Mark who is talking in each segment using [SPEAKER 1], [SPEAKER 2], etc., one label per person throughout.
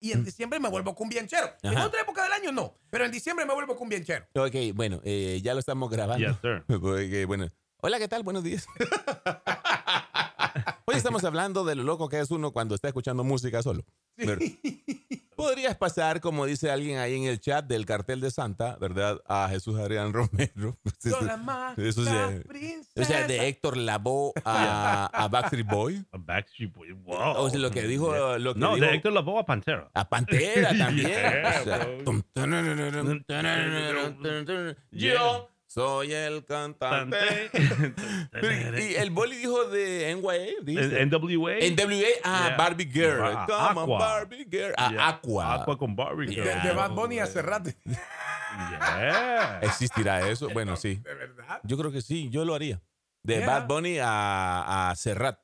[SPEAKER 1] y en diciembre me vuelvo cumbianchero. En
[SPEAKER 2] Mm. Ajá.
[SPEAKER 1] otra época del año no, pero en diciembre me vuelvo cumbianchero.
[SPEAKER 2] Ok, bueno, eh, ya lo estamos grabando.
[SPEAKER 3] Yes, sir.
[SPEAKER 2] Porque, bueno, hola, ¿qué tal? Buenos días. Hoy estamos hablando de lo loco que es uno cuando está escuchando música solo. Pero podrías pasar, como dice alguien ahí en el chat del cartel de Santa, ¿verdad? A Jesús Adrián Romero.
[SPEAKER 1] Yo la más
[SPEAKER 2] Eso sí.
[SPEAKER 1] la princesa.
[SPEAKER 2] O sea, de Héctor Lavoe a, a Backstreet Boy.
[SPEAKER 3] A Backstreet Boy. Wow.
[SPEAKER 2] O sea, Oh, lo que dijo. Lo que
[SPEAKER 3] Oh, no,
[SPEAKER 2] dijo-
[SPEAKER 3] de Héctor Lavoe a Pantera.
[SPEAKER 2] A Pantera también.
[SPEAKER 3] Yeah,
[SPEAKER 2] O sea,
[SPEAKER 3] bro.
[SPEAKER 2] tum, tararararum, tararararum, tararararum. Yo soy el cantante. Y el boli dijo de NYA, dice.
[SPEAKER 3] En- NWA.
[SPEAKER 2] En WA a
[SPEAKER 3] Eh,
[SPEAKER 2] ah,
[SPEAKER 3] Yeah.
[SPEAKER 2] Barbie Girl.
[SPEAKER 3] A- a
[SPEAKER 2] Come on,
[SPEAKER 3] Aqua.
[SPEAKER 2] Barbie Girl. A
[SPEAKER 3] Yeah.
[SPEAKER 2] Aqua.
[SPEAKER 3] Aqua con Barbie.
[SPEAKER 2] Yeah.
[SPEAKER 3] Girl.
[SPEAKER 1] De, de Bad Bunny a Cerrate.
[SPEAKER 3] Yeah.
[SPEAKER 2] ¿Existirá eso? Bueno, sí.
[SPEAKER 1] De verdad.
[SPEAKER 2] Yo creo que sí, yo lo haría. De
[SPEAKER 1] Yeah.
[SPEAKER 2] Bad Bunny a, a Serrat.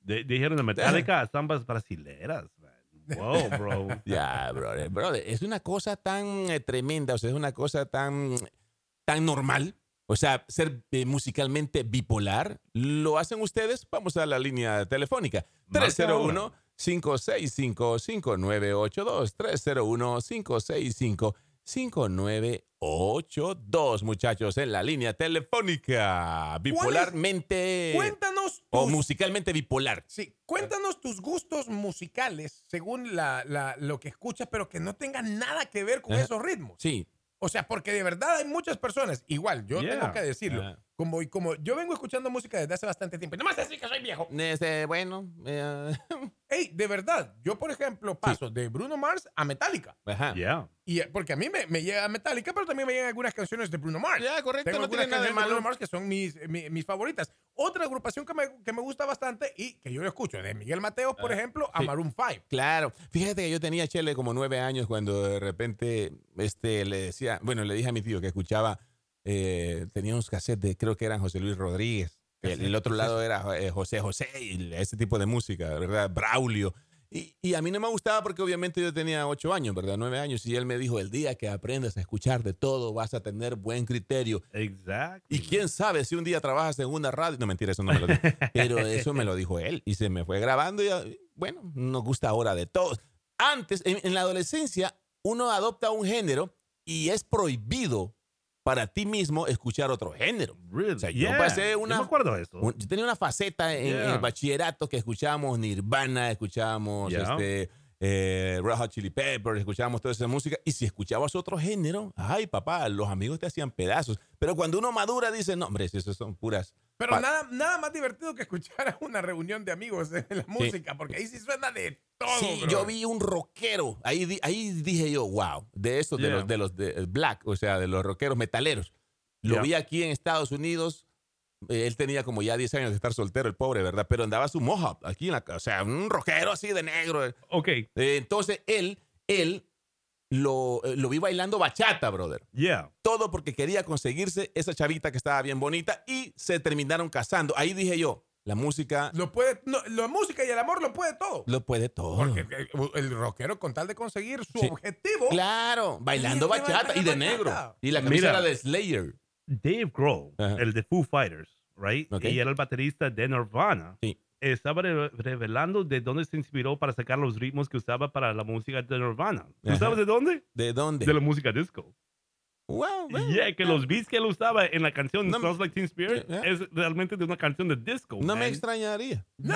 [SPEAKER 3] De- dijeron de Metallica a zambas brasileras. Man. Wow, bro.
[SPEAKER 2] Ya, brother, brother, es una cosa tan eh, tremenda, o sea, es una cosa tan, tan normal. O sea, ser eh, musicalmente bipolar, lo hacen ustedes. Vamos a la línea telefónica.
[SPEAKER 3] Marca ahora.
[SPEAKER 2] 301-565-5982. 301-565-5982. Muchachos, en la línea telefónica. Bipolarmente
[SPEAKER 1] Cuéntanos
[SPEAKER 2] o
[SPEAKER 1] tus-
[SPEAKER 2] musicalmente bipolar.
[SPEAKER 1] sí, cuéntanos tus gustos musicales según la, la- lo que escuchas, pero que no tengan nada que ver con
[SPEAKER 2] Ajá.
[SPEAKER 1] esos ritmos.
[SPEAKER 2] Sí.
[SPEAKER 1] O sea, porque de verdad hay muchas personas, igual, yo
[SPEAKER 3] Yeah.
[SPEAKER 1] tengo que decirlo,
[SPEAKER 2] Ajá.
[SPEAKER 1] como, y como yo vengo escuchando música desde hace bastante tiempo, y no más así que soy viejo.
[SPEAKER 2] Este, bueno. eh,
[SPEAKER 1] Ey, de verdad, yo por ejemplo paso de Bruno Mars a Metallica.
[SPEAKER 2] ajá.
[SPEAKER 3] Yeah.
[SPEAKER 1] Y, eh, porque a mí me, me llega Metallica, pero también me llegan algunas canciones de Bruno Mars.
[SPEAKER 2] Ya, correcto,
[SPEAKER 1] Tengo
[SPEAKER 2] no tiene
[SPEAKER 1] algunas
[SPEAKER 2] nada de
[SPEAKER 1] canciones de Bruno
[SPEAKER 2] malo.
[SPEAKER 1] Mars que son mis, eh, mi- mis favoritas. Otra agrupación que me, que me gusta bastante y que yo lo escucho, de Miguel Mateos, por ejemplo, a
[SPEAKER 2] Ah, sí.
[SPEAKER 1] Maroon 5.
[SPEAKER 2] Claro, fíjate que yo tenía Chele como nueve años cuando de repente este, le decía, bueno, le dije a mi tío que escuchaba, eh, tenía unos cassettes de, creo que eran José Luis Rodríguez, el, el otro lado era eh, José José y ese tipo de música, ¿verdad? Braulio. Y, y a mí no me gustaba porque obviamente yo tenía ocho años, ¿verdad? Nueve años. Y él me dijo, el día que aprendas a escuchar de todo, vas a tener buen criterio.
[SPEAKER 3] Exactly.
[SPEAKER 2] Y quién sabe si un día trabajas en una radio. No, mentira, eso no me lo dijo. Pero eso me lo dijo él y se me fue grabando. Y ah, bueno, nos gusta ahora de todos. Antes, en, en la adolescencia, uno adopta un género y es prohibido para ti mismo escuchar otro género.
[SPEAKER 3] Really?
[SPEAKER 2] O sea, yo
[SPEAKER 3] yeah.
[SPEAKER 2] pasé una-
[SPEAKER 3] Yo me acuerdo de eso.
[SPEAKER 2] Un- Yo tenía una faceta en, en el
[SPEAKER 3] Oh. Yeah.
[SPEAKER 2] bachillerato que escuchábamos Nirvana, escuchábamos
[SPEAKER 3] Yeah.
[SPEAKER 2] este, eh, Red Hot Chili Peppers, escuchábamos toda esa música. Y si escuchabas otro género, ay papá, los amigos te hacían pedazos. Pero cuando uno madura dice, no, hombre, si esos son puras
[SPEAKER 1] Pero
[SPEAKER 2] Pa-
[SPEAKER 1] nada, nada más divertido que escuchar a una reunión de amigos en la música, porque ahí sí suena de todo.
[SPEAKER 2] Sí,
[SPEAKER 1] bro.
[SPEAKER 2] yo vi un rockero. Ahí, di- ahí dije yo, wow, de esos, de
[SPEAKER 3] Yeah.
[SPEAKER 2] los de los de Black, o sea, de los rockeros metaleros. Lo
[SPEAKER 3] Yeah.
[SPEAKER 2] vi aquí en Estados Unidos. Eh, Él tenía como ya 10 años de estar soltero, el pobre, ¿verdad? Pero andaba su mohawk aquí en la ca- O sea, un rockero así de negro. Eh,
[SPEAKER 3] Ok,
[SPEAKER 2] entonces él, él lo, eh, lo vi bailando bachata, brother.
[SPEAKER 3] yeah.
[SPEAKER 2] Todo porque quería conseguirse esa chavita que estaba bien bonita y se terminaron casando. Ahí dije yo, la música
[SPEAKER 1] Lo puede, no, la música y el amor lo puede todo.
[SPEAKER 2] lo puede todo.
[SPEAKER 1] Porque el, el rockero, con tal de conseguir su
[SPEAKER 2] Sí.
[SPEAKER 1] objetivo,
[SPEAKER 2] Claro, bailando
[SPEAKER 1] Sí, es que bailan
[SPEAKER 2] bachata y de
[SPEAKER 1] bachata.
[SPEAKER 2] negro. Y la camisa
[SPEAKER 3] Mira.
[SPEAKER 2] era de Slayer.
[SPEAKER 3] Dave Grohl,
[SPEAKER 2] Ajá.
[SPEAKER 3] el de Foo Fighters, right?
[SPEAKER 2] Ok.
[SPEAKER 3] Y era el baterista de Nirvana.
[SPEAKER 2] Sí.
[SPEAKER 3] Estaba re- revelando de dónde se inspiró para sacar los ritmos que usaba para la música de Nirvana. ¿Tú
[SPEAKER 2] Ajá.
[SPEAKER 3] sabes de dónde?
[SPEAKER 2] ¿De dónde?
[SPEAKER 3] De la música disco.
[SPEAKER 2] Oh, Wow, bueno.
[SPEAKER 3] yeah, que los beats que él usaba en la canción
[SPEAKER 2] No me-
[SPEAKER 3] Sounds Like Teen Spirit
[SPEAKER 2] Yeah.
[SPEAKER 3] es realmente de una canción de disco.
[SPEAKER 2] No me
[SPEAKER 3] man.
[SPEAKER 2] extrañaría.
[SPEAKER 1] ¡no!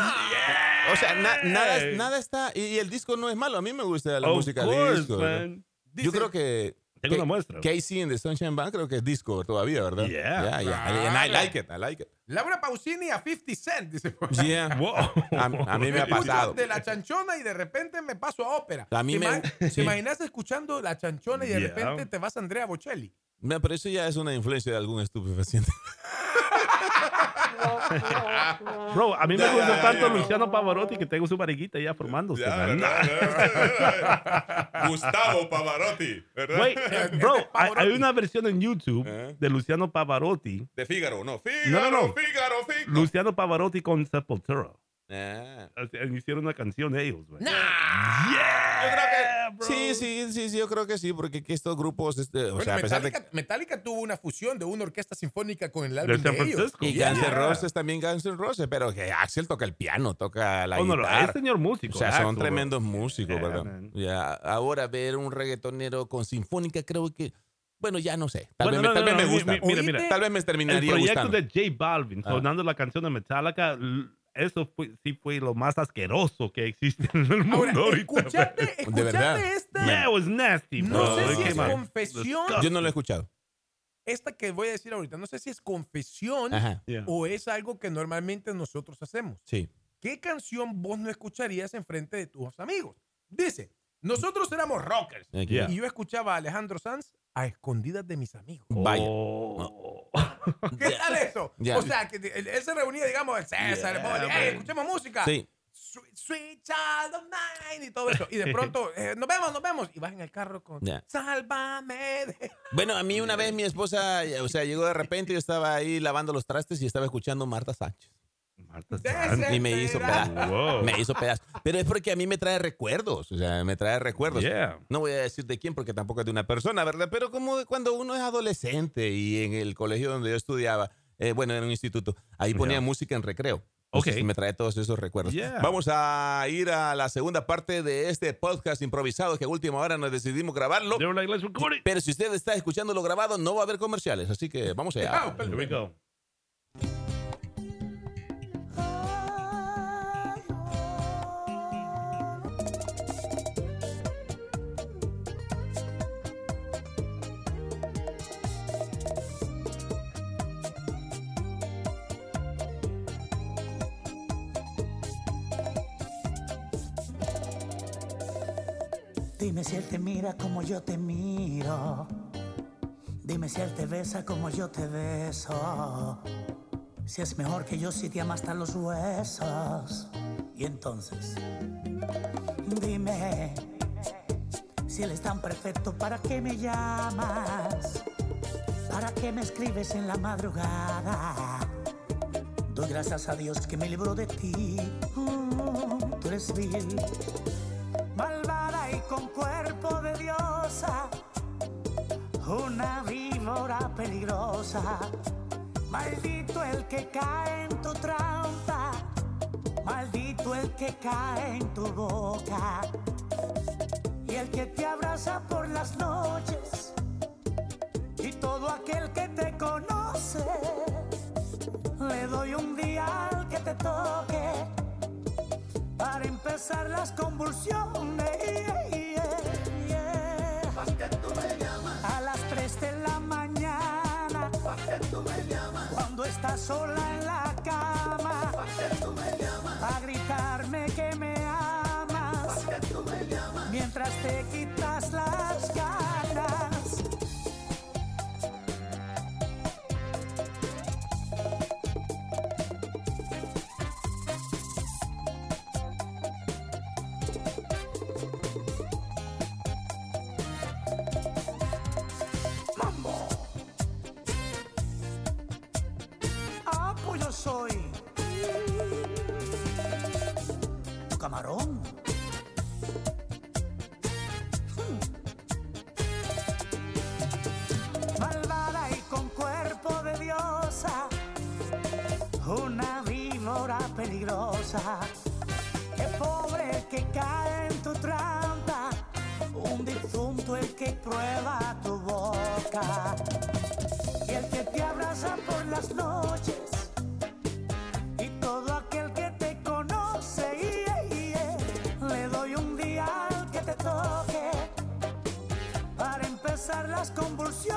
[SPEAKER 2] O sea, na- nada,
[SPEAKER 3] Hey.
[SPEAKER 2] nada está. Y, y el disco no es malo. A mí me gusta la
[SPEAKER 3] Of
[SPEAKER 2] música
[SPEAKER 3] course,
[SPEAKER 2] disco. ¿verdad?
[SPEAKER 3] man.
[SPEAKER 2] Yo creo que
[SPEAKER 3] Tengo
[SPEAKER 2] Que-
[SPEAKER 3] una muestra.
[SPEAKER 2] Casey and the Sunshine Band creo que es disco todavía, ¿verdad?
[SPEAKER 3] Yeah.
[SPEAKER 2] yeah. yeah.
[SPEAKER 1] Claro.
[SPEAKER 2] And I like it, I like it.
[SPEAKER 1] Laura Pausini a 50 Cent, dice. pues.
[SPEAKER 2] Yeah.
[SPEAKER 3] Wow.
[SPEAKER 2] A, a mí me ha
[SPEAKER 1] Escucho
[SPEAKER 2] pasado.
[SPEAKER 1] De la chanchona y de repente me paso a ópera.
[SPEAKER 2] A mí
[SPEAKER 1] ¿Te
[SPEAKER 2] me-
[SPEAKER 1] ima-
[SPEAKER 2] sí.
[SPEAKER 1] ¿Te imaginas escuchando la chanchona y de
[SPEAKER 3] Yeah.
[SPEAKER 1] repente te vas a Andrea Bocelli?
[SPEAKER 2] Me pero eso ya es una influencia de algún estupefaciente.
[SPEAKER 3] Bro, a mí me
[SPEAKER 2] Ya,
[SPEAKER 3] gusta
[SPEAKER 2] ya,
[SPEAKER 3] tanto
[SPEAKER 2] ya.
[SPEAKER 3] Luciano Pavarotti que tengo su variguita ya formándose. man.
[SPEAKER 2] Gustavo Pavarotti, ¿verdad?
[SPEAKER 3] Güey, eh, bro,
[SPEAKER 1] Este
[SPEAKER 3] hay,
[SPEAKER 1] Pavarotti.
[SPEAKER 3] hay una versión en YouTube
[SPEAKER 2] Ajá.
[SPEAKER 3] de Luciano Pavarotti.
[SPEAKER 2] De Fígaro, no.
[SPEAKER 3] No, no, no.
[SPEAKER 2] Fígaro, Fígaro.
[SPEAKER 3] Luciano Pavarotti con Sepultura.
[SPEAKER 2] Ah.
[SPEAKER 3] Así- eh, Hicieron una canción ellos, güey.
[SPEAKER 1] Nah.
[SPEAKER 2] Yo creo que-
[SPEAKER 3] Yeah, bro.
[SPEAKER 2] Sí, sí, sí, sí, yo creo que sí, porque que estos grupos, este, o
[SPEAKER 1] Bueno,
[SPEAKER 2] sea, a pesar de
[SPEAKER 1] Metallica,
[SPEAKER 2] que.
[SPEAKER 1] Metallica tuvo una fusión de una orquesta sinfónica con el
[SPEAKER 3] De
[SPEAKER 1] álbum de,
[SPEAKER 3] San
[SPEAKER 1] ellos.
[SPEAKER 3] Francisco.
[SPEAKER 2] Y
[SPEAKER 3] yeah.
[SPEAKER 2] Guns N' Roses también Guns N' Roses, pero que Axel toca el piano, toca la
[SPEAKER 3] Oh, no, no, es
[SPEAKER 2] guitarra.
[SPEAKER 3] señor músico.
[SPEAKER 2] O sea,
[SPEAKER 3] Axl,
[SPEAKER 2] son
[SPEAKER 3] bro.
[SPEAKER 2] tremendos músicos,
[SPEAKER 3] Yeah,
[SPEAKER 2] ¿verdad?
[SPEAKER 3] man.
[SPEAKER 2] Ya, ahora ver un reggaetonero con sinfónica, creo que. Bueno, ya no sé. Tal
[SPEAKER 3] Bueno,
[SPEAKER 2] vez, me-
[SPEAKER 3] no,
[SPEAKER 2] tal
[SPEAKER 3] no,
[SPEAKER 2] vez
[SPEAKER 3] no,
[SPEAKER 2] me
[SPEAKER 3] mi-
[SPEAKER 2] gusta.
[SPEAKER 3] mi- mira, mira.
[SPEAKER 2] Tal vez me
[SPEAKER 3] El
[SPEAKER 2] terminaría
[SPEAKER 3] proyecto
[SPEAKER 2] gustando.
[SPEAKER 3] de J Balvin,
[SPEAKER 2] Ah.
[SPEAKER 3] sonando la canción de Metallica, l- eso fue- sí fue lo más asqueroso que existe en el
[SPEAKER 1] Ahora,
[SPEAKER 3] mundo ahorita. bro.
[SPEAKER 1] escuchate,
[SPEAKER 2] De verdad.
[SPEAKER 1] escuchate esta.
[SPEAKER 3] Yeah, it was nasty,
[SPEAKER 1] No
[SPEAKER 3] bro.
[SPEAKER 2] sé
[SPEAKER 3] It
[SPEAKER 2] si es
[SPEAKER 3] came out
[SPEAKER 1] confesión.
[SPEAKER 3] disgusting.
[SPEAKER 2] Yo no lo he escuchado.
[SPEAKER 1] Esta que voy a decir ahorita, no sé si es confesión
[SPEAKER 2] Ajá.
[SPEAKER 3] Yeah.
[SPEAKER 1] o es algo que normalmente nosotros hacemos.
[SPEAKER 2] Sí.
[SPEAKER 1] ¿Qué canción vos no escucharías en frente de tus amigos? Dice, nosotros éramos rockers
[SPEAKER 2] Aquí.
[SPEAKER 3] Yeah.
[SPEAKER 1] y yo escuchaba a Alejandro Sanz a escondidas de mis amigos.
[SPEAKER 2] Vaya.
[SPEAKER 3] Oh.
[SPEAKER 1] ¿Qué tal eso?
[SPEAKER 2] Ya.
[SPEAKER 1] O sea, que te- él, él se reunía, digamos, el César, el
[SPEAKER 3] Yeah,
[SPEAKER 1] Boli,
[SPEAKER 3] man.
[SPEAKER 1] "Hey, escuchemos música.
[SPEAKER 2] Sí.
[SPEAKER 1] Sweet, sweet Child of Mine y todo eso. Y de pronto, eh, nos vemos, nos vemos. Y vas en el carro con
[SPEAKER 2] Ya.
[SPEAKER 1] Sálvame. de-".
[SPEAKER 2] Bueno, a mí una vez mi esposa, o sea, llegó de repente, yo estaba ahí lavando los trastes y estaba escuchando Marta Sánchez.
[SPEAKER 3] Marta
[SPEAKER 1] De
[SPEAKER 3] Sánchez.
[SPEAKER 1] ese
[SPEAKER 2] Y me hizo
[SPEAKER 1] será.
[SPEAKER 2] pedazo.
[SPEAKER 3] Wow.
[SPEAKER 2] Me hizo pedazo. Pero es porque a mí me trae recuerdos, o sea, me trae recuerdos.
[SPEAKER 3] Yeah.
[SPEAKER 2] No voy a decir de quién porque tampoco es de una persona, ¿verdad? Pero como de cuando uno es adolescente y en el colegio donde yo estudiaba, eh, bueno, era un instituto, ahí ponía
[SPEAKER 3] Ya.
[SPEAKER 2] música en recreo.
[SPEAKER 3] Ok.
[SPEAKER 2] Entonces me trae todos esos recuerdos.
[SPEAKER 3] Yeah.
[SPEAKER 2] Vamos a ir a la segunda parte de este podcast improvisado que a última hora nos decidimos grabarlo.
[SPEAKER 3] They were like, let's record it.
[SPEAKER 2] Pero si usted está escuchando lo grabado, no va a haber comerciales, así que vamos allá.
[SPEAKER 1] Wow.
[SPEAKER 3] Here we go.
[SPEAKER 4] Dime si él te mira como yo te miro. Dime si él te besa como yo te beso. Si es mejor que yo si te ama hasta los huesos. Y entonces, dime si él es tan perfecto, ¿para qué me llamas? ¿Para qué me escribes en la madrugada? Doy gracias a Dios que me libró de ti. Mm, tú eres vil malvada y con cuerpo de diosa, una víbora peligrosa. Maldito el que cae en tu trampa, maldito el que cae en tu boca. Y el que te abraza por las noches, y todo aquel que te conoce, le doy un día al que te toque para empezar las convulsiones. A las 3 de la mañana. Cuando estás sola en la cama. A gritarme que me amas. Mientras te quitas las ganas. Ah, pues yo soy tu camarón. Hmm. Malvada y con cuerpo de diosa, una víbora peligrosa. Qué pobre el que cae en tu trampa, un difunto el que prueba tu boca y el que te abraza por las noches y todo aquel que te conoce y- y- y- le doy un día al que te toque para empezar las convulsiones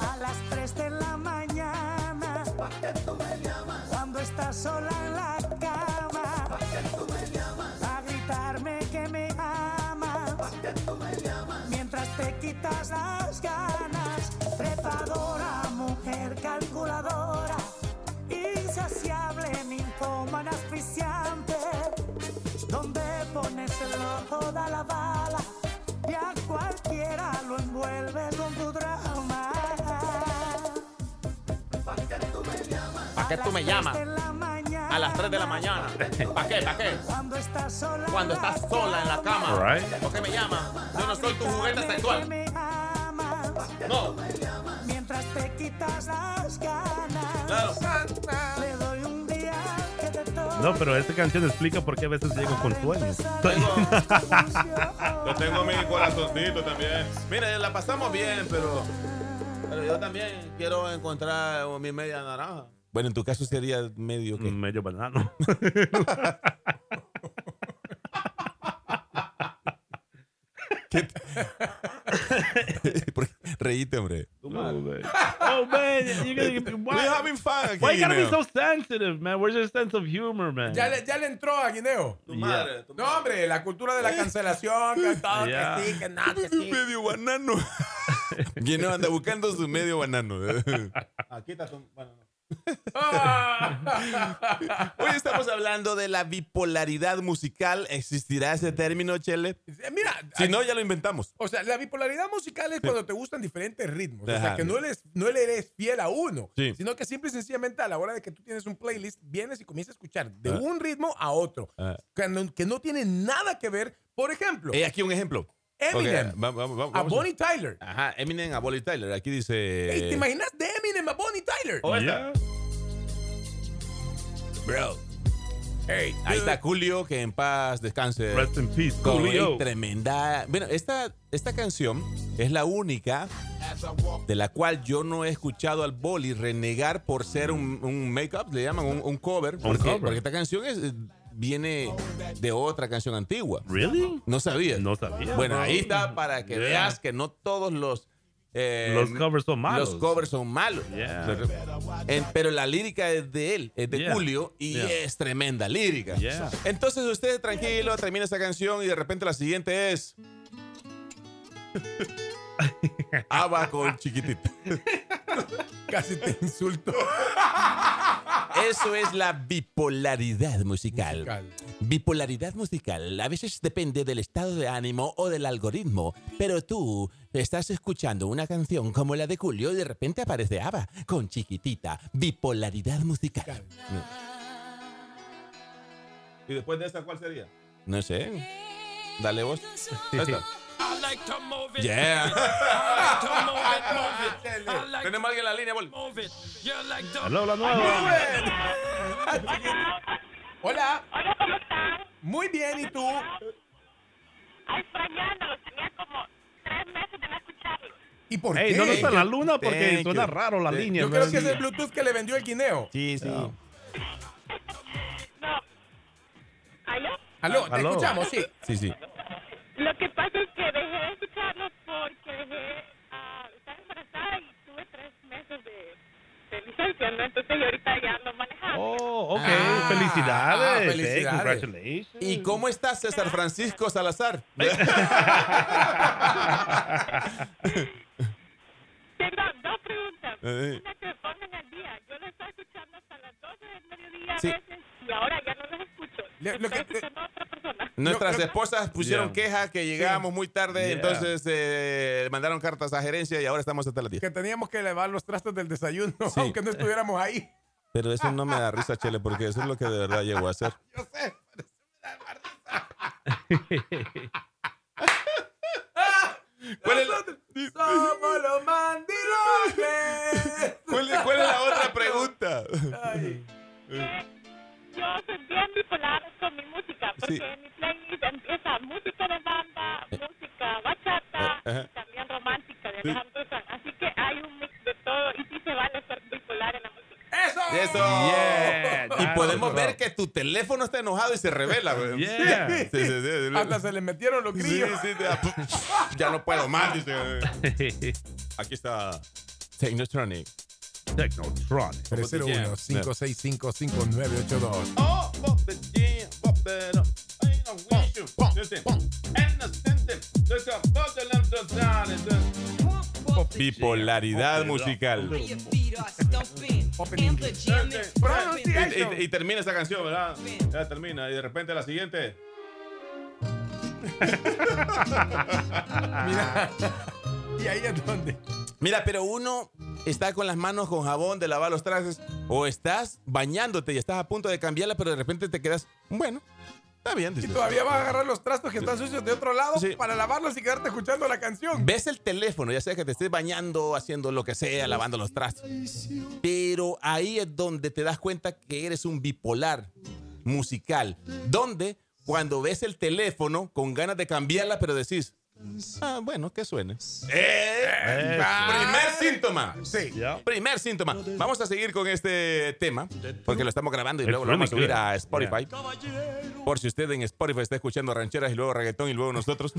[SPEAKER 4] a las 3 de la mañana cuando estás sola en la cama a gritarme que me amas mientras te quitas las ganas. Trepadora, mujer calculadora, insaciable, ninfómana asfixiante. Donde pones el ojo da la bala y a cualquiera lo envuelves con tu drama. ¿Para qué tú me llamas?
[SPEAKER 2] ¿Para qué tú me llamas? A las 3 de la mañana. ¿Para qué? ¿Para qué?
[SPEAKER 4] Cuando estás sola,
[SPEAKER 2] Cuando estás sola en la cama.
[SPEAKER 3] Right.
[SPEAKER 2] ¿Por qué me llamas? Yo no soy tu juguete
[SPEAKER 4] que
[SPEAKER 2] sexual.
[SPEAKER 4] me amas,
[SPEAKER 2] No.
[SPEAKER 4] mientras te quitas las ganas.
[SPEAKER 2] Claro.
[SPEAKER 4] Le doy un día que te toque.
[SPEAKER 3] No, pero esta canción explica por qué a veces llego con sueños.
[SPEAKER 2] Yo tengo mi corazoncito también. Mire, la pasamos bien, pero. Pero yo también quiero encontrar mi media naranja. Mm. Bueno, en tu caso sería medio que.
[SPEAKER 3] Medio banano.
[SPEAKER 2] ¿Por qué? Reíte, hombre.
[SPEAKER 3] Oh, man. Oh, man. You're gonna get-
[SPEAKER 2] We
[SPEAKER 3] why,
[SPEAKER 2] having fun aquí,
[SPEAKER 3] why you gotta be
[SPEAKER 2] Guineo.
[SPEAKER 3] so sensitive, man? Where's your sense of humor, man?
[SPEAKER 1] Ya le, ya le entró a Guineo.
[SPEAKER 2] Tu madre, tu
[SPEAKER 1] No, hombre, la cultura de la cancelación, que todo,
[SPEAKER 3] Ya.
[SPEAKER 1] que sí, que nada, que
[SPEAKER 2] madre.
[SPEAKER 1] sí.
[SPEAKER 2] medio banano. Guineo anda buscando su medio banano. Aquí está tu banano.
[SPEAKER 1] Ah.
[SPEAKER 2] Hoy estamos hablando de la bipolaridad musical. ¿Existirá ese término, Chele?
[SPEAKER 1] Mira,
[SPEAKER 2] Si no, ya lo inventamos.
[SPEAKER 1] o sea, la bipolaridad musical es cuando te gustan diferentes ritmos. O sea,
[SPEAKER 2] Ajá.
[SPEAKER 1] que no eres, no le eres fiel a uno,
[SPEAKER 2] Sí.
[SPEAKER 1] sino que simple y sencillamente a la hora de que tú tienes un playlist, vienes y comienzas a escuchar de
[SPEAKER 2] Ah.
[SPEAKER 1] un ritmo a otro,
[SPEAKER 2] Ah.
[SPEAKER 1] cuando- que no tiene nada que ver. Por ejemplo,
[SPEAKER 2] Eh, aquí un ejemplo.
[SPEAKER 1] Eminem,
[SPEAKER 2] Ok, eh, vamos, vamos, vamos.
[SPEAKER 1] a Bonnie Tyler.
[SPEAKER 2] Ajá, Eminem a Bonnie Tyler. Aquí dice.
[SPEAKER 1] Ey, ¿Te imaginas de Eminem a Bonnie Tyler?
[SPEAKER 2] Oh,
[SPEAKER 3] Yeah.
[SPEAKER 2] Bro.
[SPEAKER 1] Hey,
[SPEAKER 2] Ahí está Julio, que en paz descanse.
[SPEAKER 3] Rest in peace,
[SPEAKER 2] Con
[SPEAKER 3] Coolio.
[SPEAKER 2] una tremenda. Bueno, esta, esta canción es la única de la cual yo no he escuchado al Boli renegar por ser un, un make-up, le llaman un, un cover. porque,
[SPEAKER 3] cover.
[SPEAKER 2] porque esta canción es, eh, viene de otra canción antigua.
[SPEAKER 3] Really?
[SPEAKER 2] No sabía.
[SPEAKER 3] No sabía.
[SPEAKER 2] Bueno,
[SPEAKER 3] bro.
[SPEAKER 2] ahí está para que
[SPEAKER 3] Yeah.
[SPEAKER 2] veas que no todos los. eh,
[SPEAKER 3] Los covers son malos.
[SPEAKER 2] Los covers son malos.
[SPEAKER 3] Yeah.
[SPEAKER 2] En- pero la lírica es de él, es de
[SPEAKER 3] Yeah.
[SPEAKER 2] Julio y
[SPEAKER 3] Yeah.
[SPEAKER 2] es tremenda lírica.
[SPEAKER 3] Yeah.
[SPEAKER 2] Entonces usted tranquilo, termina esa canción y de repente la siguiente es. Aba con chiquitita.
[SPEAKER 1] casi te insulto.
[SPEAKER 2] Eso es la bipolaridad musical.
[SPEAKER 1] Musical.
[SPEAKER 2] Bipolaridad musical a veces depende del estado de ánimo o del algoritmo, pero tú estás escuchando una canción como la de Julio y de repente aparece Ava con chiquitita. Bipolaridad musical.
[SPEAKER 5] ¿Y después de esa cuál sería?
[SPEAKER 2] No sé. Dale vos. Yeah. Tenemos alguien en la línea, bol.
[SPEAKER 3] Hello, la nueva.
[SPEAKER 1] Hola,
[SPEAKER 6] Hola, ¿cómo están?
[SPEAKER 1] muy bien, ¿y tú?
[SPEAKER 6] Ay, extrañándolos. Tenía como tres meses de no escucharlos.
[SPEAKER 1] ¿Y por
[SPEAKER 3] Hey,
[SPEAKER 1] qué?
[SPEAKER 3] no nos está en la luna
[SPEAKER 2] Thank
[SPEAKER 3] porque
[SPEAKER 2] you.
[SPEAKER 3] suena raro la línea,
[SPEAKER 1] Yo
[SPEAKER 3] man.
[SPEAKER 1] creo que es el Bluetooth que le vendió el guineo.
[SPEAKER 2] Sí, sí.
[SPEAKER 6] No. ¿Aló?
[SPEAKER 1] Aló, te
[SPEAKER 3] Aló.
[SPEAKER 1] escuchamos, sí.
[SPEAKER 2] Sí, sí.
[SPEAKER 6] Lo que pasa es que dejé de escucharlos porque dejé... ah, estaba embarazada y tuve tres meses de, de licencia, ¿no? Entonces, yo ahorita ya ando manejando.
[SPEAKER 3] Oh, ok.
[SPEAKER 1] Ah,
[SPEAKER 3] felicidades.
[SPEAKER 1] ah,
[SPEAKER 3] Hey,
[SPEAKER 1] felicidades.
[SPEAKER 3] congratulations.
[SPEAKER 2] ¿Y cómo está César Francisco Salazar?
[SPEAKER 6] Tengo dos preguntas.
[SPEAKER 2] Eh.
[SPEAKER 6] Una que me pongan al día. Yo los estaba escuchando hasta las 12 del mediodía
[SPEAKER 2] Sí.
[SPEAKER 6] a veces y ahora ya no los escucho.
[SPEAKER 1] Le- lo
[SPEAKER 6] Estoy
[SPEAKER 1] que-
[SPEAKER 6] escuchando a otra persona.
[SPEAKER 2] Nuestras
[SPEAKER 1] Yo creo-
[SPEAKER 2] esposas pusieron
[SPEAKER 3] Yeah.
[SPEAKER 2] queja que llegábamos muy tarde,
[SPEAKER 3] Yeah.
[SPEAKER 2] entonces eh, mandaron cartas a gerencia y ahora estamos hasta las 10.
[SPEAKER 1] Que teníamos que elevar los trastos del desayuno,
[SPEAKER 2] Sí.
[SPEAKER 1] aunque no estuviéramos ahí.
[SPEAKER 2] Pero eso no me da risa, Chele, porque eso es lo que de verdad llego a hacer.
[SPEAKER 1] Yo sé.
[SPEAKER 2] ¿Cuál es,
[SPEAKER 1] Somos los mandilones.
[SPEAKER 2] cuál es- cuál es la otra pregunta?
[SPEAKER 1] Ay.
[SPEAKER 6] Yo soy bien bipolar con mi música, porque
[SPEAKER 2] Sí. Eh.
[SPEAKER 6] mi playlist empieza música de banda, música bachata
[SPEAKER 2] ajá.
[SPEAKER 6] y también romántica de
[SPEAKER 2] Sí.
[SPEAKER 6] Alejandro Sanz. Así que hay un mix de todo y sí se vale ser bipolar en la música.
[SPEAKER 1] ¡Eso!
[SPEAKER 2] Eso. y
[SPEAKER 3] Yeah, claro,
[SPEAKER 2] podemos
[SPEAKER 3] claro.
[SPEAKER 2] ver que tu teléfono está enojado y se revela. güey.
[SPEAKER 3] Yeah.
[SPEAKER 2] Sí, sí, sí, sí.
[SPEAKER 1] Hasta se le metieron los
[SPEAKER 2] Sí,
[SPEAKER 1] grillos.
[SPEAKER 2] sí, te da- ya no puedo más, dice. Aquí está Technotronic.
[SPEAKER 3] Technotronic.
[SPEAKER 1] 301-565-5982.
[SPEAKER 2] Oh, pop the jam, pop the no. I don't want you. Listen. And the sentence. Let's go. Pop the lamp, just down and just- Bipolaridad musical. Y, y- y termina esa canción, ¿verdad? Ya termina. Y de repente la siguiente.
[SPEAKER 1] Mira. y ahí es donde.
[SPEAKER 2] Mira, pero uno estás con las manos con jabón de lavar los trajes o estás bañándote y estás a punto de cambiarla, pero de repente te quedas, bueno, está bien.
[SPEAKER 1] Y
[SPEAKER 2] dices.
[SPEAKER 1] todavía vas a agarrar los trastos que están sucios de otro lado
[SPEAKER 2] Sí.
[SPEAKER 1] para lavarlos y quedarte escuchando la canción.
[SPEAKER 2] Ves el teléfono, ya sea que te estés bañando, haciendo lo que sea, lavando los trastos. Pero ahí es donde te das cuenta que eres un bipolar musical. Donde cuando ves el teléfono con ganas de cambiarla, pero decís, ah, bueno, que suene. ¡Eh! Primer síntoma.
[SPEAKER 1] Sí.
[SPEAKER 3] Ya.
[SPEAKER 2] Primer síntoma. Vamos a seguir con este tema, porque lo estamos grabando y
[SPEAKER 3] It's
[SPEAKER 2] luego lo vamos a
[SPEAKER 3] really
[SPEAKER 2] subir a
[SPEAKER 3] good.
[SPEAKER 2] Spotify. Por si usted en Spotify está escuchando rancheras y luego reggaetón y luego nosotros.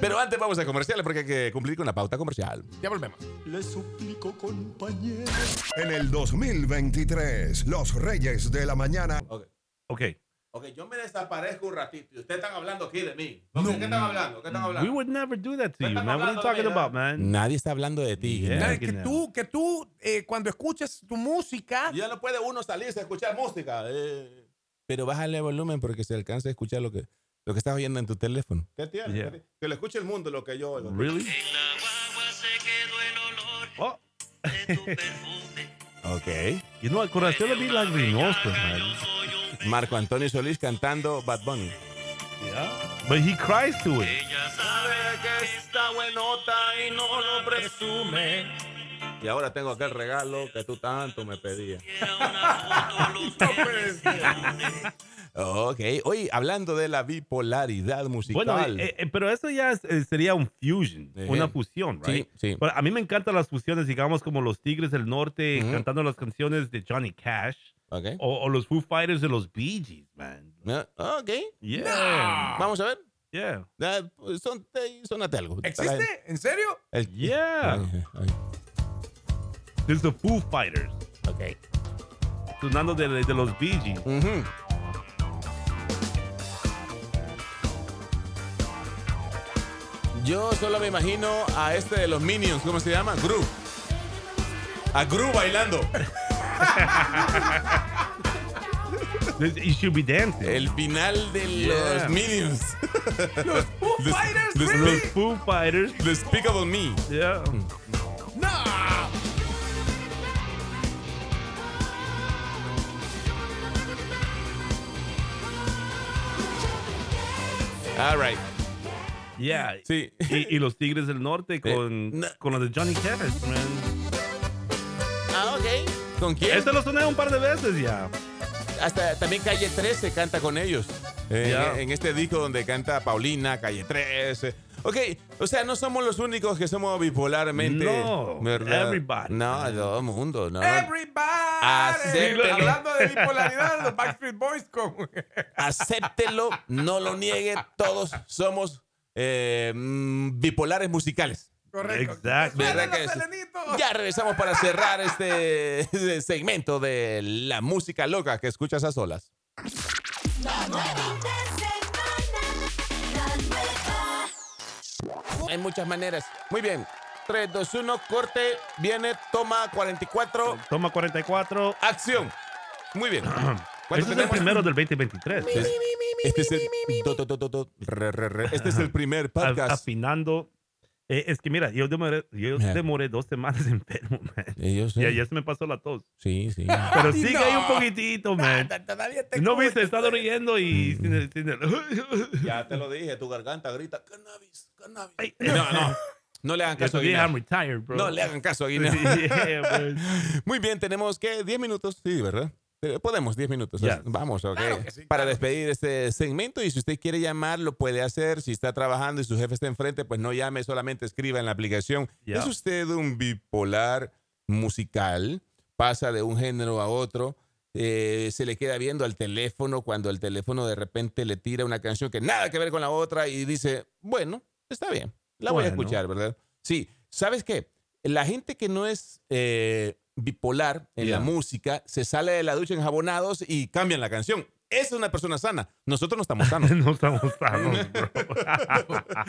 [SPEAKER 2] Pero antes vamos a comerciales porque hay que cumplir con la pauta comercial.
[SPEAKER 1] Ya volvemos.
[SPEAKER 7] En el 2023, los Reyes de la Mañana.
[SPEAKER 3] Ok.
[SPEAKER 2] Ok, yo me desaparezco un ratito y ustedes están hablando aquí de mí. ¿Qué están hablando? ¿Qué están
[SPEAKER 3] We would never do that to you,
[SPEAKER 5] estamos
[SPEAKER 3] man. What are you
[SPEAKER 5] hablando
[SPEAKER 3] talking
[SPEAKER 5] de
[SPEAKER 3] about, man?
[SPEAKER 2] Nadie está hablando de ti.
[SPEAKER 3] Yeah.
[SPEAKER 1] Nada,
[SPEAKER 3] que
[SPEAKER 1] que
[SPEAKER 3] no.
[SPEAKER 1] tú, que tú eh, cuando escuches tu música,
[SPEAKER 2] Ya no puede uno salirse a escuchar música. eh. Pero bájale volumen porque se alcanza a escuchar lo que, lo que estás oyendo en tu teléfono.
[SPEAKER 5] ¿Qué tiene?
[SPEAKER 3] Yeah.
[SPEAKER 5] ¿Qué tiene? Que lo escuche el mundo lo que yo oigo.
[SPEAKER 3] Really? Oh,
[SPEAKER 2] Ok.
[SPEAKER 3] you know, el corazón le vi lagrimoso, man.
[SPEAKER 2] Marco Antonio Solís cantando Bad Bunny.
[SPEAKER 3] Yeah. But he cries to it.
[SPEAKER 2] Y ahora tengo aquel regalo que tú tanto me pedías. ok, hoy hablando de la bipolaridad
[SPEAKER 3] Bueno,
[SPEAKER 2] musical.
[SPEAKER 3] eh, eh, pero eso ya es- eh, sería un fusion,
[SPEAKER 2] Ejé.
[SPEAKER 3] una fusión, right?
[SPEAKER 2] Sí, sí.
[SPEAKER 3] Pero a mí me encantan las fusiones, digamos, como los Tigres del Norte
[SPEAKER 2] Ujú.
[SPEAKER 3] cantando las canciones de Johnny Cash
[SPEAKER 2] Ok.
[SPEAKER 3] o, o los Foo Fighters de los Bee Gees, man.
[SPEAKER 2] Ah, ok.
[SPEAKER 3] Yeah.
[SPEAKER 2] Vamos a ver.
[SPEAKER 3] Yeah.
[SPEAKER 2] Ah, pues, son- eh, Sonate algo.
[SPEAKER 1] ¿existe? ¿En serio?
[SPEAKER 2] El-
[SPEAKER 3] Yeah.
[SPEAKER 2] Ay, ay.
[SPEAKER 3] There's the Foo Fighters.
[SPEAKER 2] Ok.
[SPEAKER 3] Sonando de, de los Bee Gees.
[SPEAKER 2] Ujú. Yo solo me imagino a este de los Minions, ¿cómo se llama? Gru. A Gru bailando.
[SPEAKER 3] This- You should be dancing.
[SPEAKER 2] El final de
[SPEAKER 3] Yeah.
[SPEAKER 2] los Minions.
[SPEAKER 1] Los Foo
[SPEAKER 2] This-
[SPEAKER 1] Fighters,
[SPEAKER 2] this-
[SPEAKER 1] really?
[SPEAKER 3] los Foo Fighters.
[SPEAKER 2] Despicable Me.
[SPEAKER 3] Yeah.
[SPEAKER 1] No.
[SPEAKER 2] All right.
[SPEAKER 3] Yeah.
[SPEAKER 2] Sí. Eh,
[SPEAKER 3] Y, y los Tigres del Norte con,
[SPEAKER 2] no.
[SPEAKER 3] con los de Johnny Cash, man.
[SPEAKER 2] Ah, ok. ¿Con quién?
[SPEAKER 3] Este lo soné un par de veces ya.
[SPEAKER 2] Hasta también Calle 13 canta con ellos. En-
[SPEAKER 3] Ya.
[SPEAKER 2] En este disco donde canta Paulina, Calle 13. Ok, o sea, no somos los únicos que somos bipolarmente.
[SPEAKER 3] No, everybody.
[SPEAKER 2] No, todo el mundo, ¿no?
[SPEAKER 1] Everybody.
[SPEAKER 2] Acéptelo.
[SPEAKER 1] Hablando de bipolaridad, los Backstreet Boys con
[SPEAKER 2] Acéptelo, no lo niegue. Todos somos eh, mm, bipolares musicales.
[SPEAKER 1] Correcto.
[SPEAKER 3] Exacto.
[SPEAKER 1] Suenan
[SPEAKER 2] ¿Verdad que
[SPEAKER 1] los
[SPEAKER 2] sí?
[SPEAKER 1] selenitos.
[SPEAKER 2] Ya regresamos para cerrar este este segmento de la música loca que escuchas a solas. Hay muchas maneras. Muy bien. 3, 2, 1, corte, viene, toma 44,
[SPEAKER 3] Toma 44.
[SPEAKER 2] acción. Muy bien.
[SPEAKER 3] Este es el
[SPEAKER 2] tenemos?
[SPEAKER 3] primero del 2023.
[SPEAKER 2] Este es, este es el, do, do, do, do, do, re, re, re. Este es el primer
[SPEAKER 3] A-
[SPEAKER 2] podcast.
[SPEAKER 3] afinando. Eh, es que mira, yo demoré, yo
[SPEAKER 2] Ajá.
[SPEAKER 3] demoré dos semanas enfermo, man.
[SPEAKER 2] Ellos,
[SPEAKER 3] Ya,
[SPEAKER 2] eh.
[SPEAKER 3] ya se me pasó la tos.
[SPEAKER 2] Sí, sí.
[SPEAKER 3] Pero
[SPEAKER 1] Ay,
[SPEAKER 3] sí
[SPEAKER 1] no.
[SPEAKER 3] que hay un poquitito, man.
[SPEAKER 1] Todavía te
[SPEAKER 3] No
[SPEAKER 1] cubre.
[SPEAKER 3] viste, he estado riendo y. sin el- sin el-
[SPEAKER 2] Mm. Ya te lo dije, tu garganta grita cannabis, cannabis.
[SPEAKER 3] Ay,
[SPEAKER 2] No, no. No le hagan
[SPEAKER 3] Yo
[SPEAKER 2] caso a
[SPEAKER 3] soy I'm
[SPEAKER 2] Guinea.
[SPEAKER 3] retired, bro.
[SPEAKER 2] No le hagan caso a Guinea.
[SPEAKER 3] Yeah, man.
[SPEAKER 2] Muy bien, tenemos que 10 minutos, sí, ¿verdad? Eh, Podemos, 10 minutos.
[SPEAKER 3] Ya.
[SPEAKER 2] Vamos, ok.
[SPEAKER 1] Claro que sí,
[SPEAKER 2] Para
[SPEAKER 1] claro.
[SPEAKER 2] despedir este segmento y si usted quiere llamar, lo puede hacer. Si está trabajando y su jefe está enfrente, pues no llame, solamente escriba en la aplicación.
[SPEAKER 3] Ya.
[SPEAKER 2] ¿Es usted un bipolar musical? ¿Pasa de un género a otro? Eh, se le queda viendo al teléfono cuando el teléfono de repente le tira una canción que nada que ver con la otra y dice, bueno, está bien, la voy a
[SPEAKER 3] Bueno.
[SPEAKER 2] escuchar, ¿verdad? Sí, ¿sabes qué? La gente que no es eh, bipolar en
[SPEAKER 3] Ya.
[SPEAKER 2] la música se sale de la ducha enjabonados y cambian la canción. Esa es una persona sana. Nosotros no estamos sanos.
[SPEAKER 3] No estamos sanos, bro.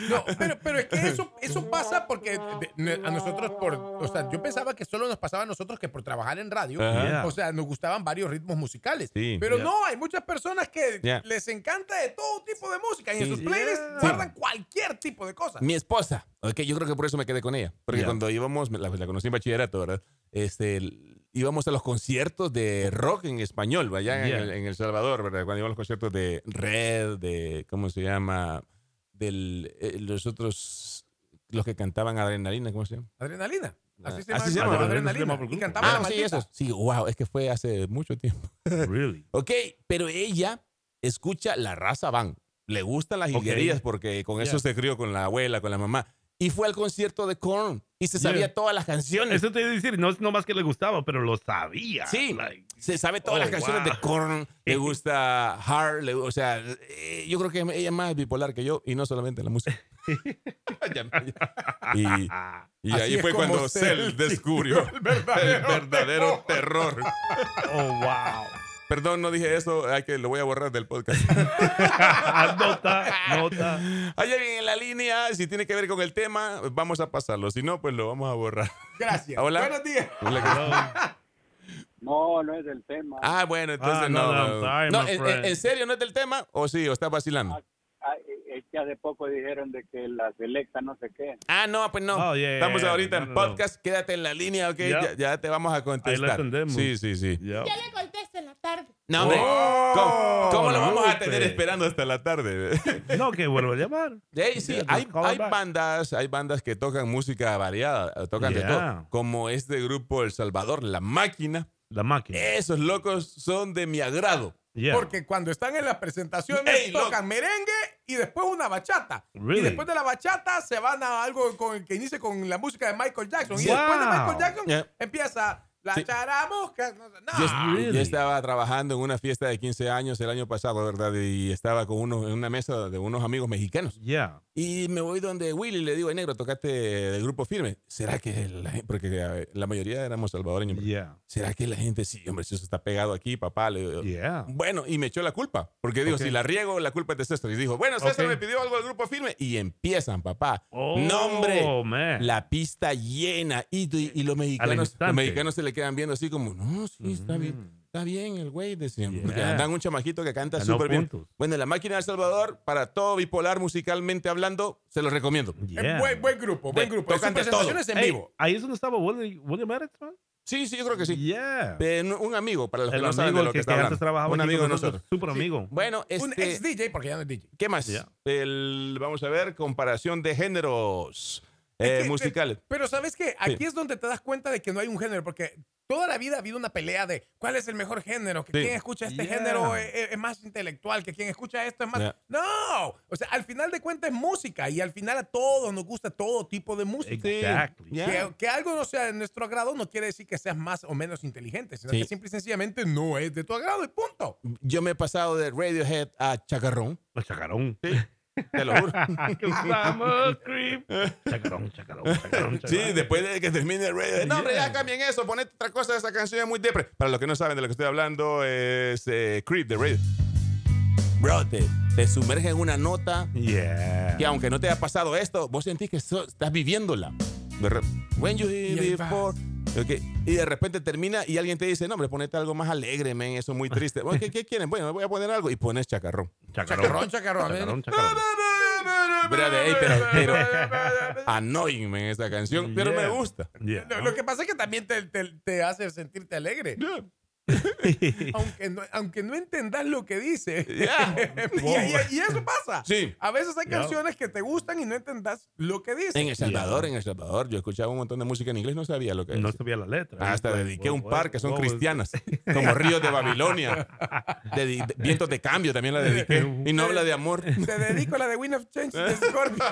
[SPEAKER 1] No, pero, pero es que eso, eso pasa porque de- de- a nosotros, por, o sea, yo pensaba que solo nos pasaba a nosotros que por trabajar en radio,
[SPEAKER 2] Ajá.
[SPEAKER 3] Yeah.
[SPEAKER 1] o sea, nos gustaban varios ritmos musicales.
[SPEAKER 2] Sí.
[SPEAKER 1] pero
[SPEAKER 3] Yeah.
[SPEAKER 1] no, hay muchas personas que
[SPEAKER 2] Yeah.
[SPEAKER 1] les encanta de todo tipo de música y en
[SPEAKER 2] Sí.
[SPEAKER 1] sus playlists
[SPEAKER 2] Yeah.
[SPEAKER 1] guardan cualquier tipo de cosas.
[SPEAKER 2] Mi esposa, ok, yo creo que por eso me quedé con ella. Porque
[SPEAKER 3] Ya.
[SPEAKER 2] cuando íbamos, la, la conocí en bachillerato, ¿verdad? Este, el- íbamos a los conciertos de rock en español, allá
[SPEAKER 3] Ya.
[SPEAKER 2] en, el, en El Salvador, ¿verdad? Cuando íbamos a los conciertos de Red, de, ¿cómo se llama? Del, eh, los otros, los que cantaban Adrenalina, ¿cómo se llama?
[SPEAKER 1] Adrenalina. Así se
[SPEAKER 2] Ah,
[SPEAKER 1] llama.
[SPEAKER 2] así se llama,
[SPEAKER 1] adrenalina.
[SPEAKER 3] Adrenalina se llama por
[SPEAKER 1] Y
[SPEAKER 3] grupo.
[SPEAKER 1] cantaba la
[SPEAKER 2] Ah, sí,
[SPEAKER 1] Ah, maldita.
[SPEAKER 2] esos. Sí, wow, es que fue hace mucho tiempo.
[SPEAKER 3] Really.
[SPEAKER 2] Ok, pero ella escucha la raza van. Le gustan las
[SPEAKER 3] Ok.
[SPEAKER 2] jilguerías porque con eso
[SPEAKER 3] Yeah.
[SPEAKER 2] se crió con la abuela, con la mamá. Y fue al concierto de Korn y se
[SPEAKER 3] Yeah.
[SPEAKER 2] sabía todas las canciones. Ah,
[SPEAKER 3] Eso te iba a decir, no es nomás que le gustaba, pero lo sabía.
[SPEAKER 2] Sí,
[SPEAKER 3] Like,
[SPEAKER 2] se sabe todas
[SPEAKER 3] Oh,
[SPEAKER 2] las canciones
[SPEAKER 3] wow.
[SPEAKER 2] de Korn. Le gusta Hard, le- o sea, eh, yo creo que ella es más bipolar que yo y no solamente en la música. Ya me- y
[SPEAKER 3] ah,
[SPEAKER 2] y
[SPEAKER 1] Así
[SPEAKER 2] ahí
[SPEAKER 1] es
[SPEAKER 2] fue
[SPEAKER 1] como
[SPEAKER 2] cuando
[SPEAKER 1] Cell
[SPEAKER 2] Cell descubrió el verdadero, terror.
[SPEAKER 3] oh, wow.
[SPEAKER 2] Perdón, no dije eso, hay que, lo voy a borrar del podcast.
[SPEAKER 3] nota, nota.
[SPEAKER 2] Hay alguien en la línea, si tiene que ver con el tema, vamos a pasarlo. Si no, pues lo vamos a borrar.
[SPEAKER 1] Gracias.
[SPEAKER 2] Hola.
[SPEAKER 1] Buenos días.
[SPEAKER 8] No, no es el tema.
[SPEAKER 2] Ah, bueno, entonces
[SPEAKER 3] Ah,
[SPEAKER 2] no.
[SPEAKER 3] no, no, I'm sorry,
[SPEAKER 2] No,
[SPEAKER 3] my
[SPEAKER 2] en,
[SPEAKER 3] friend.
[SPEAKER 2] en serio no es del tema? ¿O sí? ¿O estás vacilando?
[SPEAKER 8] Ah, Es que hace poco dijeron de que la selecta no sé qué.
[SPEAKER 2] Ah, no, pues no.
[SPEAKER 3] Oh, yeah,
[SPEAKER 2] Estamos
[SPEAKER 3] yeah,
[SPEAKER 2] ahorita
[SPEAKER 3] no,
[SPEAKER 2] en
[SPEAKER 3] no,
[SPEAKER 2] podcast, quédate en la línea, ok.
[SPEAKER 3] Yeah.
[SPEAKER 2] Ya, ya te vamos a contestar.
[SPEAKER 3] atendemos.
[SPEAKER 2] Sí, sí, sí.
[SPEAKER 3] Yep.
[SPEAKER 9] Ya le contesto en la tarde.
[SPEAKER 2] No, hombre.
[SPEAKER 1] Oh,
[SPEAKER 2] ¿Cómo, cómo lo vamos a
[SPEAKER 3] golpe.
[SPEAKER 2] tener esperando hasta la tarde?
[SPEAKER 3] No, que vuelvo a llamar.
[SPEAKER 2] Hey, sí,
[SPEAKER 3] Yeah,
[SPEAKER 2] hay,
[SPEAKER 3] just call
[SPEAKER 2] hay
[SPEAKER 3] back.
[SPEAKER 2] bandas, hay bandas que tocan música variada, eh, tocan de
[SPEAKER 3] Yeah.
[SPEAKER 2] todo. Como este grupo El Salvador, La Máquina.
[SPEAKER 3] La máquina.
[SPEAKER 2] Esos locos son de mi agrado.
[SPEAKER 3] Yeah.
[SPEAKER 1] Porque cuando están en las presentaciones
[SPEAKER 2] Ey, loco.
[SPEAKER 1] tocan merengue y después una bachata. Y
[SPEAKER 3] Really?
[SPEAKER 1] después de la bachata se van a algo con, que inicie con la música de Michael Jackson. Y
[SPEAKER 3] Wow.
[SPEAKER 1] después de Michael Jackson
[SPEAKER 2] Yeah.
[SPEAKER 1] empieza la
[SPEAKER 2] Sí.
[SPEAKER 1] charamusca. No, no.
[SPEAKER 2] Yo,
[SPEAKER 3] Ah, really?
[SPEAKER 2] yo estaba trabajando en una fiesta de 15 años el año pasado, ¿verdad? Y estaba con uno, en una mesa de unos amigos mexicanos.
[SPEAKER 3] Yeah.
[SPEAKER 2] Y me voy donde Willy y le digo, "Ey, negro, tocaste del grupo firme. ¿Será que la gente, porque a ver, la mayoría éramos salvadoreños, pero,
[SPEAKER 3] Yeah.
[SPEAKER 2] ¿será que la gente, sí, hombre, si eso está pegado aquí, papá? Le digo,
[SPEAKER 3] Yeah.
[SPEAKER 2] Bueno, y me echó la culpa, porque digo,
[SPEAKER 3] Ok.
[SPEAKER 2] si la riego, la culpa es de César. Y dijo, bueno, César
[SPEAKER 3] Ok.
[SPEAKER 2] me pidió algo del grupo firme. Y empiezan, papá.
[SPEAKER 3] Oh,
[SPEAKER 2] Nombre.
[SPEAKER 3] man.
[SPEAKER 2] La pista llena. Y, y- y los, mexicanos,
[SPEAKER 3] instante.
[SPEAKER 2] los mexicanos se le quedan viendo así como, no, sí, está bien.
[SPEAKER 3] Mm.
[SPEAKER 2] Está bien el güey, decían.
[SPEAKER 3] Yeah.
[SPEAKER 2] Porque andan un chamaquito que canta
[SPEAKER 3] Ganó
[SPEAKER 2] súper bien.
[SPEAKER 3] puntos.
[SPEAKER 2] Bueno, La Máquina del Salvador, para todo bipolar musicalmente hablando, se los recomiendo.
[SPEAKER 1] Es
[SPEAKER 3] Yeah.
[SPEAKER 1] buen, buen grupo, buen
[SPEAKER 2] De-
[SPEAKER 1] grupo. Sus
[SPEAKER 2] tocan de
[SPEAKER 1] presentaciones en
[SPEAKER 3] Hey,
[SPEAKER 1] vivo.
[SPEAKER 3] Ahí es donde estaba William, William Maddox, man.
[SPEAKER 2] Sí, sí, yo creo que sí.
[SPEAKER 3] Yeah.
[SPEAKER 2] Eh, no, un amigo, para los que
[SPEAKER 3] El
[SPEAKER 2] no saben de
[SPEAKER 3] amigo
[SPEAKER 2] lo que,
[SPEAKER 3] que,
[SPEAKER 2] está
[SPEAKER 3] que antes
[SPEAKER 2] hablando.
[SPEAKER 3] trabajaba
[SPEAKER 2] Un
[SPEAKER 3] aquí
[SPEAKER 2] amigo de
[SPEAKER 3] con
[SPEAKER 2] nosotros.
[SPEAKER 3] Super amigo.
[SPEAKER 2] Bueno,
[SPEAKER 1] Un
[SPEAKER 2] este,
[SPEAKER 1] ex DJ, porque ya no es DJ.
[SPEAKER 2] ¿qué más?
[SPEAKER 3] Ya.
[SPEAKER 2] El, vamos a ver, comparación de géneros
[SPEAKER 1] Es
[SPEAKER 2] eh,
[SPEAKER 1] que-
[SPEAKER 2] musicales.
[SPEAKER 1] Pero sabes que aquí es donde te das cuenta de que no hay un género, porque toda la vida ha habido una pelea de cuál es el mejor género, que
[SPEAKER 2] Sí.
[SPEAKER 1] quien escucha este
[SPEAKER 3] Yeah.
[SPEAKER 1] género es, es- es más intelectual, que quien escucha esto es más...
[SPEAKER 2] Yeah.
[SPEAKER 1] No, o sea, al final de cuentas es música y al final a todos nos gusta todo tipo de música.
[SPEAKER 3] Exactly.
[SPEAKER 2] Yeah.
[SPEAKER 1] Que, que algo no sea de nuestro agrado no quiere decir que seas más o menos inteligente, sino
[SPEAKER 2] Sí.
[SPEAKER 1] que simple y sencillamente no es de tu agrado y punto.
[SPEAKER 2] Yo me he pasado de Radiohead a Chacarrón,
[SPEAKER 3] Pues chacarón.
[SPEAKER 2] te lo juro.
[SPEAKER 3] Somos creep. Chacarón, chacarón, chacarón, chacarón.
[SPEAKER 2] Sí, después de que termine Radiohead. No, hombre, ya cambien eso, ponete otra cosa, esa canción es muy depre. Para los que no saben de lo que estoy hablando, es eh, Creep de Radiohead. Bro, te, te sumerge en una nota
[SPEAKER 3] Yeah.
[SPEAKER 2] que aunque no te haya pasado esto, vos sentís que so- estás viviéndola. De re- When you hear
[SPEAKER 1] Y ahí
[SPEAKER 2] before. Ok, Y de repente termina y alguien te dice, no, hombre, ponete algo más alegre, men, eso es muy triste. Bueno, ¿Qué, ¿Qué quieren? Bueno, me voy a poner algo y pones chacarrón.
[SPEAKER 1] Chacarrón, chacarrón.
[SPEAKER 3] Chacarón, chacarón.
[SPEAKER 2] Brother, ey, pero, pero annoying, men, esa canción, pero
[SPEAKER 3] Yeah.
[SPEAKER 2] me gusta.
[SPEAKER 3] Yeah.
[SPEAKER 1] Lo, lo que pasa es que también te, te- te hace sentirte alegre. Aunque no, aunque no entendas lo que dice.
[SPEAKER 2] Yeah.
[SPEAKER 1] y, y- y eso pasa.
[SPEAKER 2] Sí.
[SPEAKER 1] A veces hay
[SPEAKER 3] Ya.
[SPEAKER 1] canciones que te gustan y no entendás lo que dice.
[SPEAKER 2] En El Salvador, en El Salvador, yo escuchaba un montón de música en inglés, no sabía lo que
[SPEAKER 3] No
[SPEAKER 2] decía.
[SPEAKER 3] sabía la letra.
[SPEAKER 2] Hasta dediqué un par que son
[SPEAKER 3] Wow, wow.
[SPEAKER 2] cristianas, como Ríos de Babilonia. Dedi- de- vientos de cambio también la dediqué. Y no habla de amor.
[SPEAKER 1] Te dedico a la de Win of Change de Scorpio.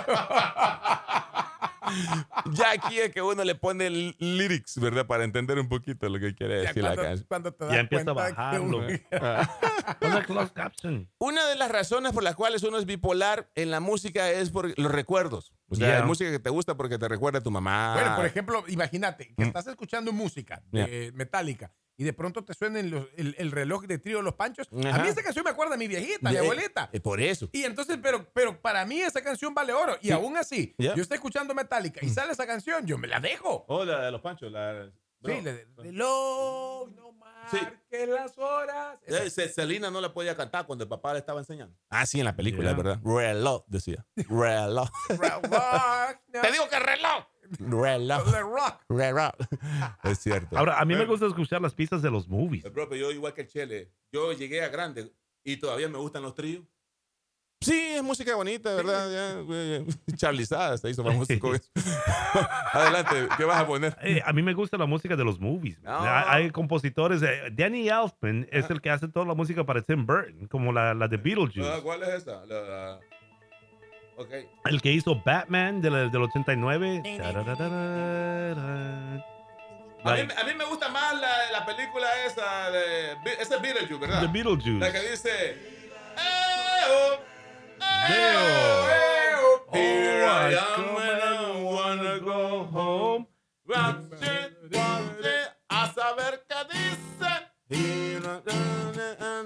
[SPEAKER 2] Ya aquí es que uno le pone l- lyrics, ¿verdad? Para entender un poquito lo que quiere
[SPEAKER 1] Ya
[SPEAKER 2] decir la
[SPEAKER 1] cuando,
[SPEAKER 2] canción.
[SPEAKER 1] cuando te das
[SPEAKER 3] Ya empieza a
[SPEAKER 1] cuenta que
[SPEAKER 3] bajarlo.
[SPEAKER 1] un-
[SPEAKER 3] Pon la closed caption.
[SPEAKER 2] Una de las razones por las cuales uno es bipolar en la música es por los recuerdos. O sea,
[SPEAKER 3] Yeah.
[SPEAKER 2] la música que te gusta porque te recuerda a tu mamá. Mm.
[SPEAKER 1] Bueno, por ejemplo, imagínate que estás escuchando música de Metallica y de pronto te suenen los- el, el reloj de trío Los Panchos. A
[SPEAKER 2] Ajá.
[SPEAKER 1] mí esa canción me acuerda a mi viejita, a mi
[SPEAKER 2] Eh,
[SPEAKER 1] abuelita.
[SPEAKER 2] eh, por eso.
[SPEAKER 1] Y entonces, pero, pero para mí esa canción vale oro. Y aún así,
[SPEAKER 2] Ya. Mm.
[SPEAKER 1] yo estoy escuchando Metallica y sale esa canción, yo me la dejo.
[SPEAKER 10] Oh, la de los panchos. La,
[SPEAKER 1] sí, la de- reloj, no
[SPEAKER 10] Sí.
[SPEAKER 1] marques las horas. Esa-
[SPEAKER 10] Eh, Ce- Celina no la podía cantar cuando el papá le estaba enseñando.
[SPEAKER 2] Ah, sí, en la película,
[SPEAKER 3] Yeah.
[SPEAKER 2] es ¿verdad? Reloj, decía. Reloj.
[SPEAKER 1] Rock, no,
[SPEAKER 2] Te digo que reloj. Reloj.
[SPEAKER 1] the rock.
[SPEAKER 2] Reloj. Es cierto.
[SPEAKER 3] Ahora, a mí me gusta escuchar las pistas de los movies.
[SPEAKER 10] El propio, yo igual que el Chele, yo llegué a grande y todavía me gustan los tríos.
[SPEAKER 2] Sí, es música bonita, ¿verdad? Charlizada se hizo famoso con eso. Adelante, ¿qué vas a poner?
[SPEAKER 3] Eh, a mí me gusta la música de los movies. man.
[SPEAKER 2] Ah.
[SPEAKER 3] Hay, hay compositores. eh, Danny Elfman es el que hace toda la música para Tim Burton, como la, la de
[SPEAKER 10] Ah,
[SPEAKER 3] Beetlejuice.
[SPEAKER 10] ¿Cuál es esa? La- la- Ok.
[SPEAKER 3] El que hizo Batman de la- del 89. Tarararara.
[SPEAKER 10] A, mí,
[SPEAKER 3] Like,
[SPEAKER 10] a mí me gusta más la, la película esa de. Be- Ese es Beetlejuice,
[SPEAKER 3] The
[SPEAKER 10] ¿verdad? La que
[SPEAKER 3] Beetlejuice.
[SPEAKER 10] dice. "Eh, oh, eh,
[SPEAKER 3] Leo.
[SPEAKER 10] oh, eh, oh, Here
[SPEAKER 3] Oh, I
[SPEAKER 10] I am
[SPEAKER 3] come
[SPEAKER 10] and I
[SPEAKER 3] and
[SPEAKER 10] wanna go home. Guache, guache, a saber qué dice. Here I am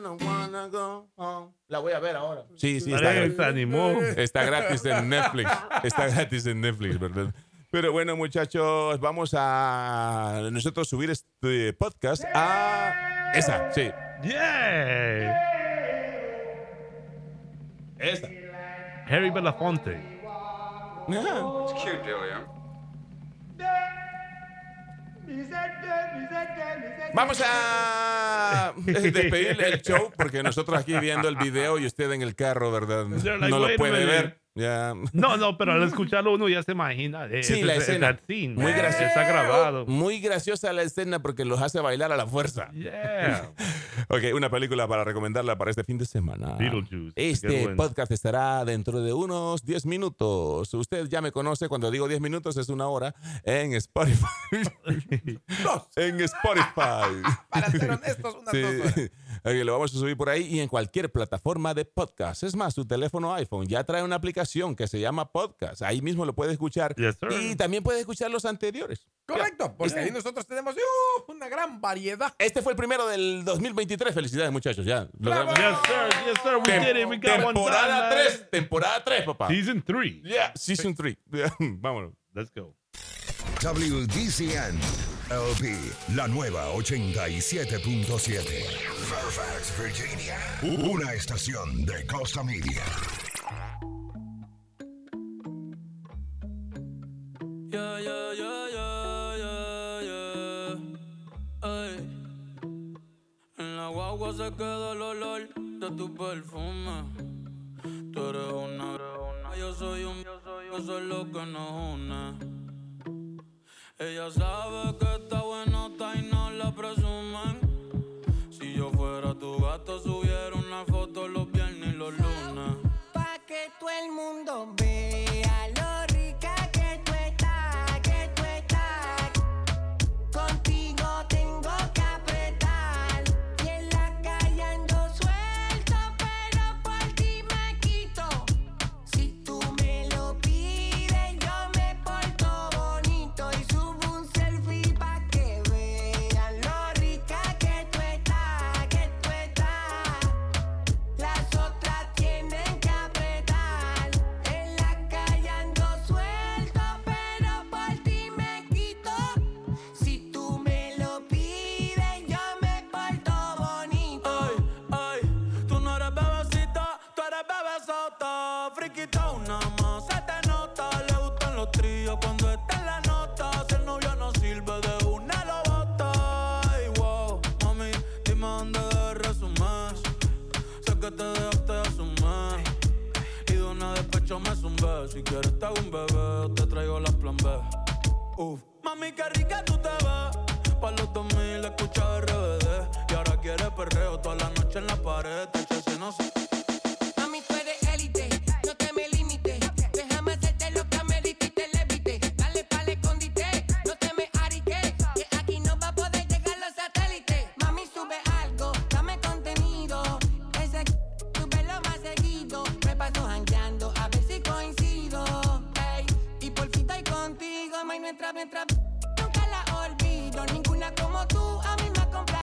[SPEAKER 10] and I wanna go home. La voy a ver ahora.
[SPEAKER 2] Sí, sí, está
[SPEAKER 3] Parece que
[SPEAKER 2] gratis.
[SPEAKER 3] Se animó.
[SPEAKER 2] Está gratis en Netflix. Está gratis en Netflix, ¿verdad? Pero bueno, muchachos, vamos a nosotros subir este podcast a esa, sí.
[SPEAKER 3] Yeah.
[SPEAKER 10] Esa.
[SPEAKER 3] Harry Belafonte.
[SPEAKER 2] Vamos a despedirle el show porque nosotros aquí viendo el video y usted en el carro, ¿verdad?
[SPEAKER 3] They're like,
[SPEAKER 2] No lo
[SPEAKER 3] "Wait a
[SPEAKER 2] puede
[SPEAKER 3] minute".
[SPEAKER 2] ver. Ya.
[SPEAKER 3] No, no, pero al escucharlo uno ya se imagina. eh,
[SPEAKER 2] Sí,
[SPEAKER 3] ese-
[SPEAKER 2] la
[SPEAKER 3] ese-
[SPEAKER 2] escena.
[SPEAKER 3] that scene,
[SPEAKER 2] Muy
[SPEAKER 3] eh,
[SPEAKER 2] gracioso.
[SPEAKER 3] Está grabado.
[SPEAKER 2] Muy graciosa la escena porque los hace bailar a la fuerza.
[SPEAKER 3] Yeah.
[SPEAKER 2] Ok, una película para recomendarla para este fin de semana.
[SPEAKER 3] Beetlejuice, qué
[SPEAKER 2] Este
[SPEAKER 3] bueno.
[SPEAKER 2] podcast estará dentro de unos 10 minutos. Usted ya me conoce, cuando digo 10 minutos es una hora, en Spotify.
[SPEAKER 1] Dos.
[SPEAKER 2] en Spotify.
[SPEAKER 1] Para ser honestos, unas
[SPEAKER 2] Sí.
[SPEAKER 1] dos horas.
[SPEAKER 2] Ok, lo vamos a subir por ahí y en cualquier plataforma de podcast. Es más, su teléfono iPhone ya trae una aplicación que se llama Podcast. Ahí mismo lo puede escuchar.
[SPEAKER 3] Yes, sir.
[SPEAKER 2] y también puede escuchar los anteriores.
[SPEAKER 1] Correcto, porque ahí nosotros tenemos ¡uh! una gran variedad.
[SPEAKER 2] Este fue el primero del 2023. Felicidades, muchachos. Ya logramos-
[SPEAKER 3] Yes, sir. Yes, sir. We did it. We got
[SPEAKER 2] temporada
[SPEAKER 3] one eh.
[SPEAKER 2] 3. Temporada 3, papá.
[SPEAKER 3] Season 3.
[SPEAKER 2] Yeah, season 3. Vámonos.
[SPEAKER 3] Let's go.
[SPEAKER 7] WDCN LP, la nueva 87.7. Fairfax, Virginia. Una estación de Costa Media.
[SPEAKER 9] Yeah, yeah, yeah, yeah, yeah, yeah. Ey. En la guagua se queda el olor de tu perfume. Tú eres una, eres una. Yo soy un, yo soy, yo soy lo que nos une. Ella sabe que está buenota y no la presumen. Si yo fuera tu gato, subiera una foto los viernes y los lunes.
[SPEAKER 4] Pa' que todo el mundo vea lo rica que tú estás, que tú estás. Contigo tengo que apretar. Y en la calle ando suelto, pero por ti me quito. Si tú me lo pides, yo me porto bonito. Y subo un selfie pa' que vean lo rica que tú estás, que tú estás. Las otras tienen que apretar. En la calle ando suelto, pero por ti me quito. Si tú me lo pides, yo me porto bonito.
[SPEAKER 9] Ay, ay, tú no eres bebecita, tú eres bebesota. Friquita una más, se te nota. Le gustan los tríos cuando está en la nota. Si el novio no sirve, de una lo bota. Ay, wow, mami, dime dónde resumes. Sé que te dejaste asumir. Y de una despecho me zumbé. Si quieres te hago un bebé, te traigo las plan B. Uf. Mami, qué rica tú te ves. Pa' los 2000 escucha RBD. Y ahora quieres perreo toda la noche en la pared. Tache, si no se...
[SPEAKER 4] Mami, tú eres élite, no te me limites. Déjame hacerte lo que me y te levite. Dale pa'l escondite, no te me ariques. Que aquí no va a poder llegar los satélites. Mami, sube algo, dame contenido. Ese sube lo más seguido. Me paso jangueando, a ver si coincido. Ey, y por fin estoy contigo, mami, no entra, no entra.